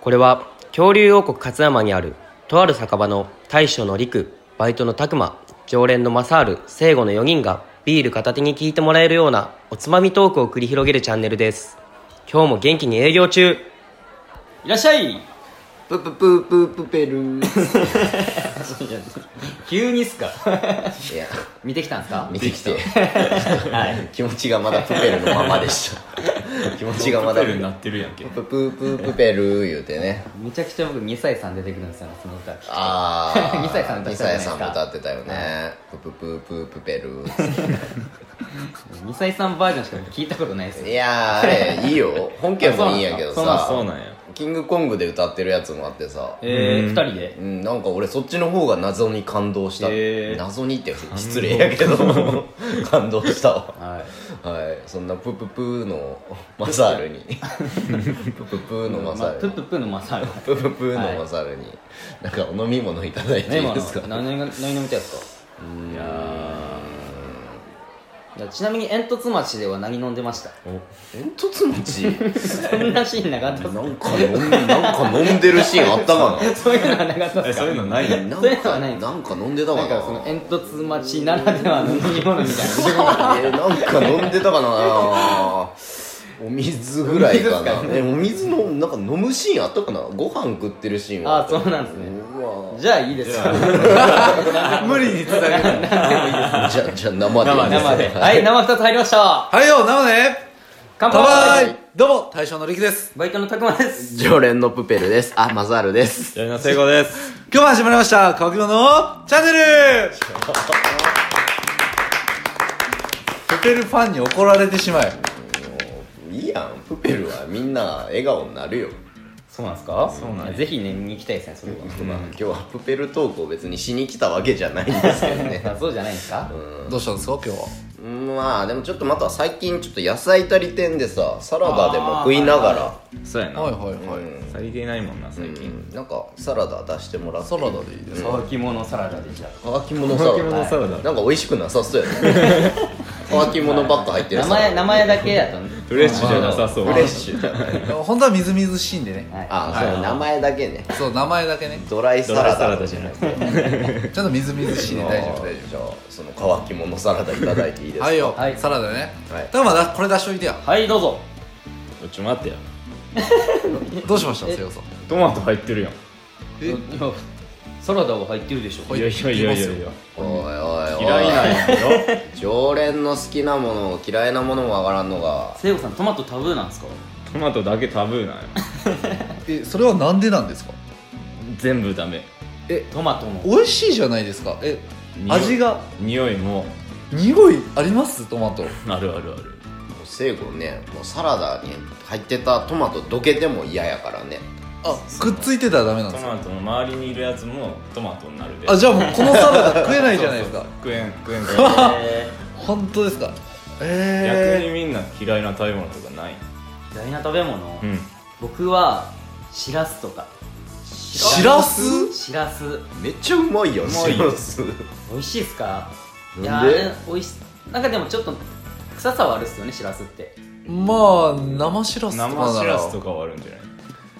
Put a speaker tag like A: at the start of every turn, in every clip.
A: これは恐竜王国勝山にあるとある酒場の大将の陸バイトの拓磨常連のマサール聖護の4人がビール片手に聞いてもらえるようなおつまみトークを繰り広げるチャンネルです今日も元気に営業中
B: いらっしゃい
C: プププププペル
B: 急にっすか
C: いや
B: 見てきたんすか
C: 見てきて気持ちがまだプペルのままでした気持ちがまだ
D: プペルになってるやんけ
C: ププププペル言うてね
B: めちゃくちゃ僕2歳さん出てくるんですよねその歌
C: あ
B: 二歳さん歌ってたじゃないですか
C: 二歳さん歌ってたよねプププププペル
B: 2歳さんバージョンしか聞いたことないです
C: い
B: よ
C: やーあれいいよ本家もいいんやけど
D: そうなん
C: さ
D: すかそうなんや
C: キングコングで歌ってるやつもあってさ
B: えー、2人で
C: うん、なんか俺そっちの方が謎に感動した、
D: へー
C: 謎にって失礼やけど感動したわ
B: はい
C: はい、そんなプププーのマサールにプププーのマサ
B: まあ、
C: ー
B: プ
C: ル
B: ップップーのマサール
C: プププーのマサールになんかお飲み物いただいていいですか
B: ね今の何が何飲みたいですか
D: いや
B: いやちなみに煙突町では何飲んでました
C: 煙突 餅
B: そんなシーンなかったっす
C: なんか飲んなんか飲んでるシーンあったか
B: そういうのはなかったっ
D: ーえ
B: すか
D: そういうのない
C: ななん
B: そういうのは
C: か
B: ない
C: なんか飲んでた
B: な
C: か
B: ん
C: な
B: かその煙突町ならではの飲み物 みたいな
C: えー なんか飲んでたかなお水ぐらいかなえお水のなんか飲むシーンあったかなご飯食ってるシーンは
B: ああそうなんですね
C: うわ
B: じゃあいいですよ
D: 無理に伝える
C: じゃじゃあ生で
D: 生で
B: 生ではい生2つ入りました
D: はいよ生ね
B: 乾
D: たばー
B: 杯
D: いどうも大将のりくです
B: バイトのたくまです
C: 常連のプペルですあマザールです
D: やりな成功です今日も始まりました「かきものチャンネル」ホテルファンに怒られてしまえ
C: いいやんプペルはみんな笑顔になるよ、
B: そうなんですか
D: うなんや
B: ぜひね見に行きたいですねそれは
C: まあ今日はプペルトークを別にしに来たわけじゃないんですけどね
B: あそうじゃないですか
D: どうしたんですか今日は
C: うんまあでもちょっとまた最近ちょっと野菜足りてんでさサラダでも食いながら
D: そうやなはいはいはい、さりげないもんな最近、
C: うんなんかサラダ出してもらって
D: サラダでいいですか、
B: 乾き物サラダできた
C: 乾き物サラダ
D: 乾き物サラダ
C: なんか美味しくなさそうやね 乾き物ばっか入ってる
B: 名
C: さ
B: 前名前だけやとね
D: フレッシュじゃなさそう
C: フレッシュじゃない
E: 本当はみずみずしいんでね
B: はい
C: あそうや名前だけね
E: そう名前だけね
C: ドライサラダ
D: ドライサラダじゃない
E: ちょっとみずみずしいんで大丈夫大丈
C: 夫じゃあその乾き物サラダいただいていいです
E: 夫
C: か
E: はいよ、
B: はい
E: サラダね
C: はい
E: ただまだこれ出しといてや
B: はいどうぞ
D: ちょっと待ってや
E: どうしましたせよさん
D: トマト入ってるやん
E: え
B: いやサラダが入ってるでしょ
E: はい
D: いやいやいやいやいや
C: おいおいおい
D: 嫌いなんやろ
C: 常連の好きなもの嫌いなものもわからんのが
B: 聖子さんトマトタブーなんですか
D: トマトだけタブーなんや
E: えそれはなんでなんですか
D: 全部ダメ
B: トマトの
E: 美味しいじゃないですかえ
D: 匂い
E: 味が
D: 匂いも
E: 匂いありますトマト
D: あるあるある
C: 聖子ねもうサラダに入ってたトマトどけても嫌やからね
E: あくっついてたらダメなんで
D: ト
E: すか
D: マトの周りにいるやつもトマトになるで
E: あじゃあもうこのサラダ食えないじゃないですか
D: 食えん食えん食えん
E: 本当ですか
D: 逆に
E: え
D: みんな嫌いな食べ物とかない
B: 嫌いな食べ物
D: うん
B: 僕はしらすとか
E: ー、しらす
B: しらす
C: めっちゃうまいやん
D: うまいよ
C: す
B: 美味しいっすかいや
C: なんで
B: ー美味しなんかでもちょっと臭さはあるっすよねしらすって
E: まあ生しらすとかなら
D: 生しらすとかはあるんじゃない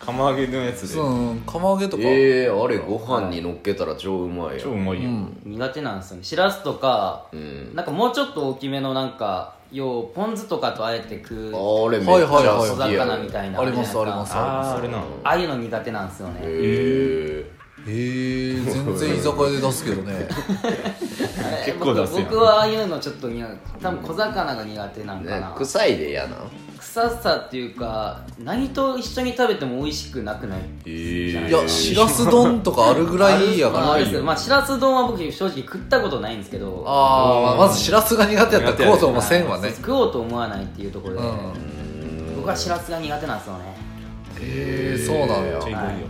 D: 釜揚げのやつで
E: そううん釜揚げとか、
C: ええー、あれご飯に乗っけたら超うまいや
D: 超うんまいよ、
E: うん
B: 苦手なんですよねしらすとか
C: うん
B: なんかもうちょっと大きめのなんかようポン酢とかとあえて食う小
C: あれめっちゃ
E: はいはいはい
C: 好きや
B: 魚
C: ね
B: みたいな
E: ありますあります
B: あ
D: あーあれな
B: あいうの苦手なんですよね
C: へえ
E: えー、全然居酒屋で出すけどね
D: 結構出す
B: 僕
D: やん
B: 僕はああいうのちょっと苦手多分小魚が苦手なんか
C: ね
B: な、
C: 臭いで嫌な
B: 臭さっていうか何と一緒に食べても美味しくなくない
C: え
E: いやしらす丼とかあるぐらいやか
B: あ
E: ら
B: れですまあしらす丼は僕正直食ったことないんですけど
E: ああまずしらすが苦手やったら食おうともせんわね
B: 食おうと思わないっていうところ
E: う
B: で、
E: ん
B: 僕はしらすが苦手なんですよね
E: えー、そうなん
D: ちょい
E: や
D: こいよ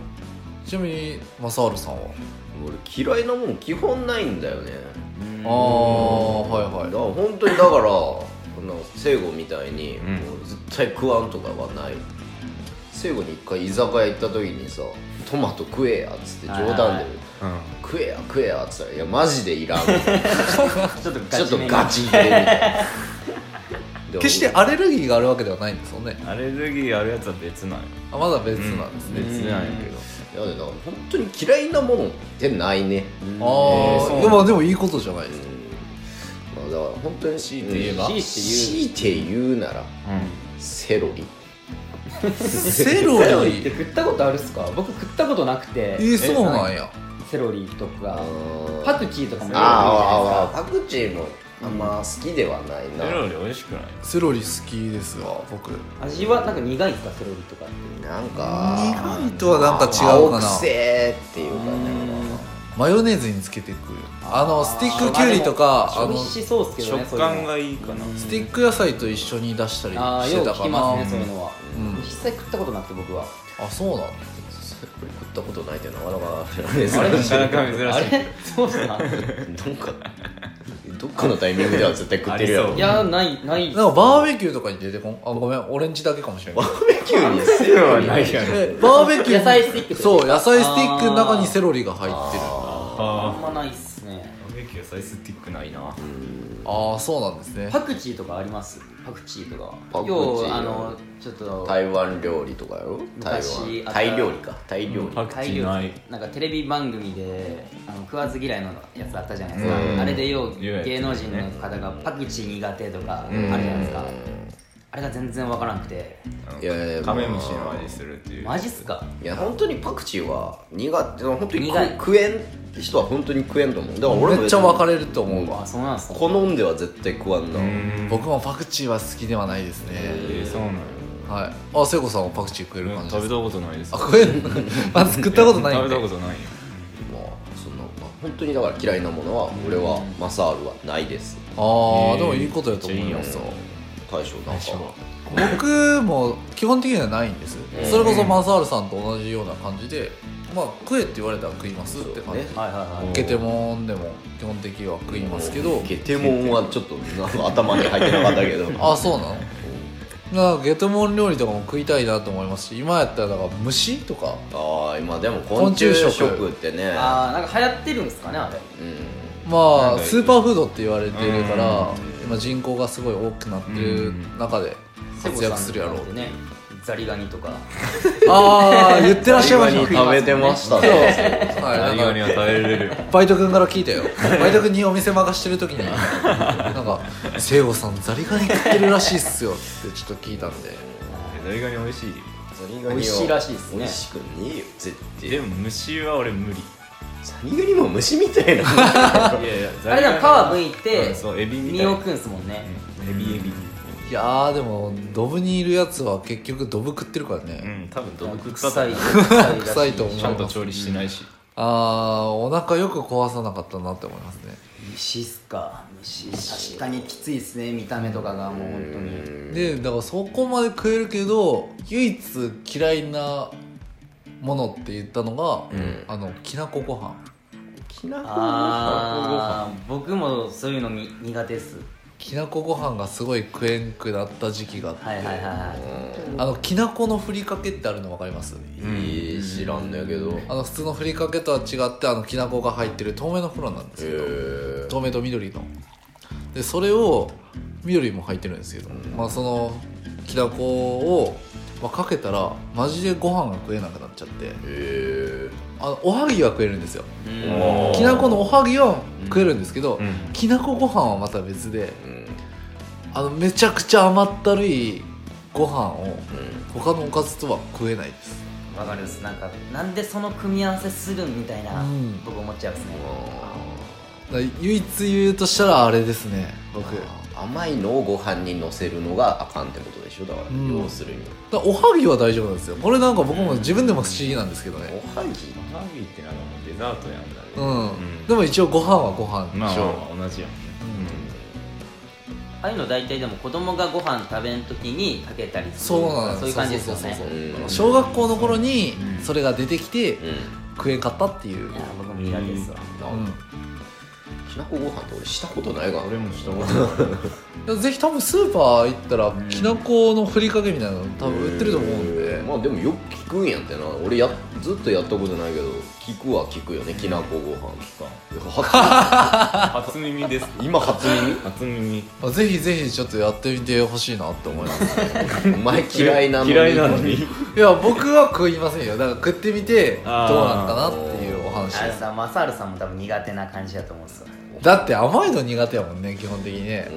E: ちなみにマサールさんは
C: 俺嫌いなもん基本ないんだよね
E: ああはい
C: だ
E: は
C: から本当にだからこの聖子みたいに、
D: ん
C: もう絶対食わんとかはない聖子に一回居酒屋行った時にさ「トマト食えや」っつって冗
B: はい
C: 談
B: はい
C: で
D: う
B: はい
D: ん
C: 「食えや食えや」っ つったら「いやマジでいらん」
B: ちょっと
C: ちょ
B: ガ
C: っ
B: チ
C: と
B: めに
C: ガチでみたいな でも
E: 決してアレルギーがあるわけではないんですよね
F: アレルギーあるやつは別なんよ
E: あまだ別なんです
F: 別
E: ね、
F: なんやけど
C: いやだから本当に嫌いなものってないね、
E: ああ
F: そうなん
E: ー、
F: だ
E: でもでもいいことじゃないですか
C: まあ、だから本当に
F: 強いて言えば
C: うん強いて言うならセロリ
E: セロ
B: セロリっ
E: リ
B: て食ったことあるっすか僕食ったことなくて
E: えー、そうなんや
B: セロリとか
C: うん
B: パクチーとかもよく
C: あ
B: あ
C: ーあーあーパクチーもあんま好きではないな、
F: セロリ美味しくない
E: セロリ好きですわ僕
B: 味はなんか苦いっすかセロリとかって
C: なんか
E: 苦いとはなんか違うか
C: 青
E: な
C: くせーっていうか
B: うん
C: ね
E: マヨネーズにつけてくあのスティックきゅうりとかあ
B: あでも
E: の
B: 美味しそうっすけどね
F: 食感がいいかな
E: スティック野菜と一緒に出したり
B: ああー
E: し
B: よ
E: て
B: く聞
E: たか
B: き
E: な
B: ますねそういうのは
E: うん
B: 実際食ったことなくて僕は
E: あそうなんだ
C: セロリ食ったことないってなかなか珍しい
F: あれなかなか珍しい
B: あれ そうっすか
C: どっかどっかのタイミングでは絶対食ってるや
F: あ
C: ろ
F: り
B: いやないないっす
E: なんかバーベキューとかに出てこんあごめんオレンジだけかもしれない
C: 急にセロリないやん
E: えバーベキュー
B: 野菜スティック
E: そう野菜スティックの中にセロリが入ってる
B: あん
F: あ
B: まないっすね
F: ーバーベキューサイスティックないな
E: ああそうなんですね
B: パクチーとかありますパクチーとか
C: パクチー
B: 要はあのちょっと
C: 台湾料理とかやろ台
B: 昔あっ
C: 湾
B: た
C: タイ料理かタイ料理
F: パクチーない
B: なんかテレビ番組であの食わず嫌いのやつあったじゃないですか、
C: うん
B: あれでよう
F: 言うやつね
B: 芸能人の方がパクチー苦手とかあるじゃないですかあれが全然わからなくて
C: いやいや
F: カメムシの味するっていう
B: マジっすか
C: いや本当にパクチーは苦手本当に
B: 苦い
C: 食食えん人は本当に食えんと思うだから俺も
E: めっちゃ分かれると思うわ
B: あそうなんすか
C: 好んでは絶対食わんな
F: うん
E: 僕もパクチーは好きではないですね
F: えーそうなの
E: はいあ聖子さんはパクチー食える
F: う
E: 感
F: ん
E: じで
F: 食べ
E: す
F: た
E: か
F: ことないです
E: あ食える のまず食ったことないん
F: 食
E: で
F: べたことないよ
C: もうそのまあ本当にだから嫌いなものは俺はマサールはないです
E: あ
F: え
E: あ
F: ー
E: でもいいことだと思いますよ
C: 大将なんか
E: 僕も基本的にはないんですそれこそマサールさんと同じような感じでまあ食えって言われたら食いますって感じ
C: そうね
B: はいはいはい
E: ゲテモンでも基本的には食いますけど
C: ゲテモンはちょっとなんか頭に入ってなかったけど
E: あそうなのなんかゲテモン料理とかも食いたいなと思いますし今やったらだから虫とか
C: あー今でも昆虫食ってね
B: ああなんか流行ってるんですかねあれ
C: うん
E: ま
F: なん
E: あ
F: か
E: スーパーフードって言われてるから
F: う
E: 今人口がすごい多くなってる中で活躍するやろう
B: セコさんとかねザリガニとか
E: ああ言ってらっしゃいましたね
C: 食べてました
E: そう
C: ね
E: はいなん
F: 何が
E: か
F: には食べれる
E: バイト君から聞いたよバイト君にお店任してる時になんか「聖子さんザリガニ食ってるらしいっすよ」ってちょっと聞いたんで
F: 誰がに美味しい
C: ザリガニは
B: 美味しいらしいっすね
C: 美味しくねえよ絶対
F: でも虫は俺無理
C: ザリガニも虫みたいな
F: いやいや
B: あれでも皮剥いて
F: うんそうエビみた
B: 身
F: いな
B: を食うんすもんね
F: エビエビ
E: いやーでもドブにいるやつは結局ドブ食ってるからね、
F: うん多分ドブ食った
B: 臭い
E: 臭いと思う
F: ちゃんと調理してないし
E: ああお腹よく壊さなかったなって思いますね
B: 虫っすか虫確かにきついっすね見た目とかがもう本当に
E: でだからそこまで食えるけど唯一嫌いなものって言ったのが、あのきなこご飯
C: きなこ
B: あー僕もそういうのみ苦手っす
E: きなこご飯がすごい食えんくなった時期があって、
B: はいはいはいは
E: あのきなこのふりかけってあるの分かります
C: いい知らんだけどへ
E: あの普通のふりかけとは違ってあのきなこが入ってる透明の袋なんですけど
C: え
E: 透明と緑のでそれを緑も入ってるんですけど、まあそのきなこを、まあ、かけたらマジでご飯が食えなくなっちゃって
C: へ
E: あのおはぎは食えるんですよ
F: おー
E: きなこのおはぎは食えるんですけど、
F: うん
E: きなこご飯はまた別で
C: えうん
E: あのめちゃくちゃ甘ったるいご飯を他のおかずとは食えないです
B: いわかるっすなんかなんでその組み合わせするんみたいな、
E: うん
B: 僕思っちゃうっすね
E: だから唯一言うとしたらあれですね僕だか
C: 甘いのをご飯にのせるのがあかんってことでしょだから
E: うん
C: 要するに
E: らおはぎは大丈夫なんですよこれなんか僕も自分でも不思議なんですけどね、
C: おはぎ
F: おはぎってなんかもうデザートやんだ
E: う
F: ね
E: ん、
F: うん
E: でも一応ご飯はご飯でしょ、
F: まあまあ同じやもんね
B: ああいうの大体でも子供がご飯食べん時にかけたりする
E: そうなん
B: そういう感じですよね
E: そうそうそう
C: うん
E: そう小学校の頃に
F: うん
E: それが出てきて
C: うん
E: 食えんかったっていう、う
B: い
E: ん
B: や僕も苦手っすわ、
C: なんかきなこご飯って俺したことないが
F: 俺もしたことない
E: ぜひ多分スーパー行ったらきなこのふりかけみたいなの多分売ってると思うんで
C: まあでもよく聞くんやってな俺やずっとやったことないけど聞くは聞くよねきなこご飯初
F: 初耳です
C: 今初耳
F: 初耳
E: まあぜひぜひちょっとやってみてほしいなって思います
C: お前嫌いなのに
F: 嫌いなのに
E: いや僕は食いませんよだから食ってみてどう
F: あー
E: なんかなっていうお話
B: あれさマサールさんも多分苦手な感じだと思うんですよ
E: だって甘いの苦手やもんね基本的にね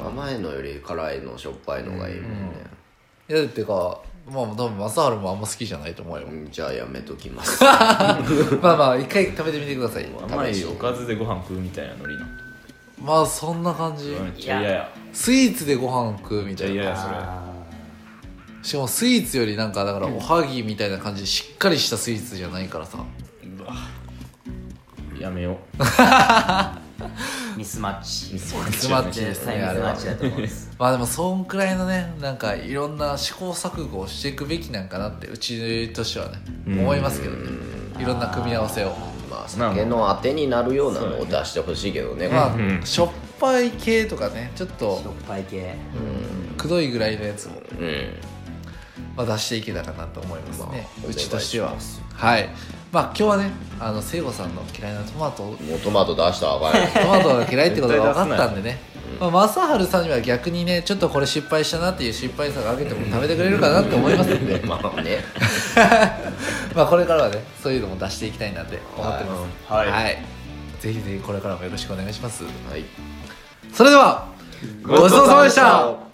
C: うん甘いのより辛いのしょっぱいのがいいもんね、
E: いやってかまあ多分正治もあんま好きじゃないと思 うよ
C: うんじゃあやめときます
E: まあまあ一回食べてみてください
F: 甘いおかずでご飯食うみたいなノリな
E: まあそんな感じ
F: めっちゃ嫌や
E: スイーツでご飯食うみ
F: めっ
E: た
F: ちゃ
E: い
F: 嫌
E: な
F: やそれ
E: しかもスイーツよりなんかだからおはぎみたいな感じでしっかりしたスイーツじゃないからさ
F: うわやめよ
B: ミスマッチ
F: ミスマッ
E: チマッチ
B: 実
E: ですね
B: 際ミスマッチだと思うんです
E: まあでもそんくらいのねなんかいろんな試行錯誤をしていくべきなんかなってうちとしてはね
F: うん
E: 思いますけどねいろんな組み合わせを
C: まあ酒のあてになるようなのを出してほしいけどね、
E: ま
F: うん
E: あしょっぱい系とかねちょっ
B: し
E: と
B: ょっぱい系
E: くどいぐらいのやつも
C: うん
E: まあ出していけたらなと思いますね
C: まあ
E: うちとして
C: お
E: は
C: 願いし
E: はいまあ今日はねあの聖子さんの嫌いなトマトを
C: もうトマト出したらあかんよ
E: トマトが嫌いってことが分かったんでね、まあ、正治さんには逆にねちょっとこれ失敗したなっていう失敗さがあげても食べてくれるかなって 思いますんで
C: まあね
E: まあこれからはねそういうのも出していきたいなって思ってます
F: はい
E: ぜひぜひこれからもよろしくお願いします
C: はい
E: それではごちそうさまでした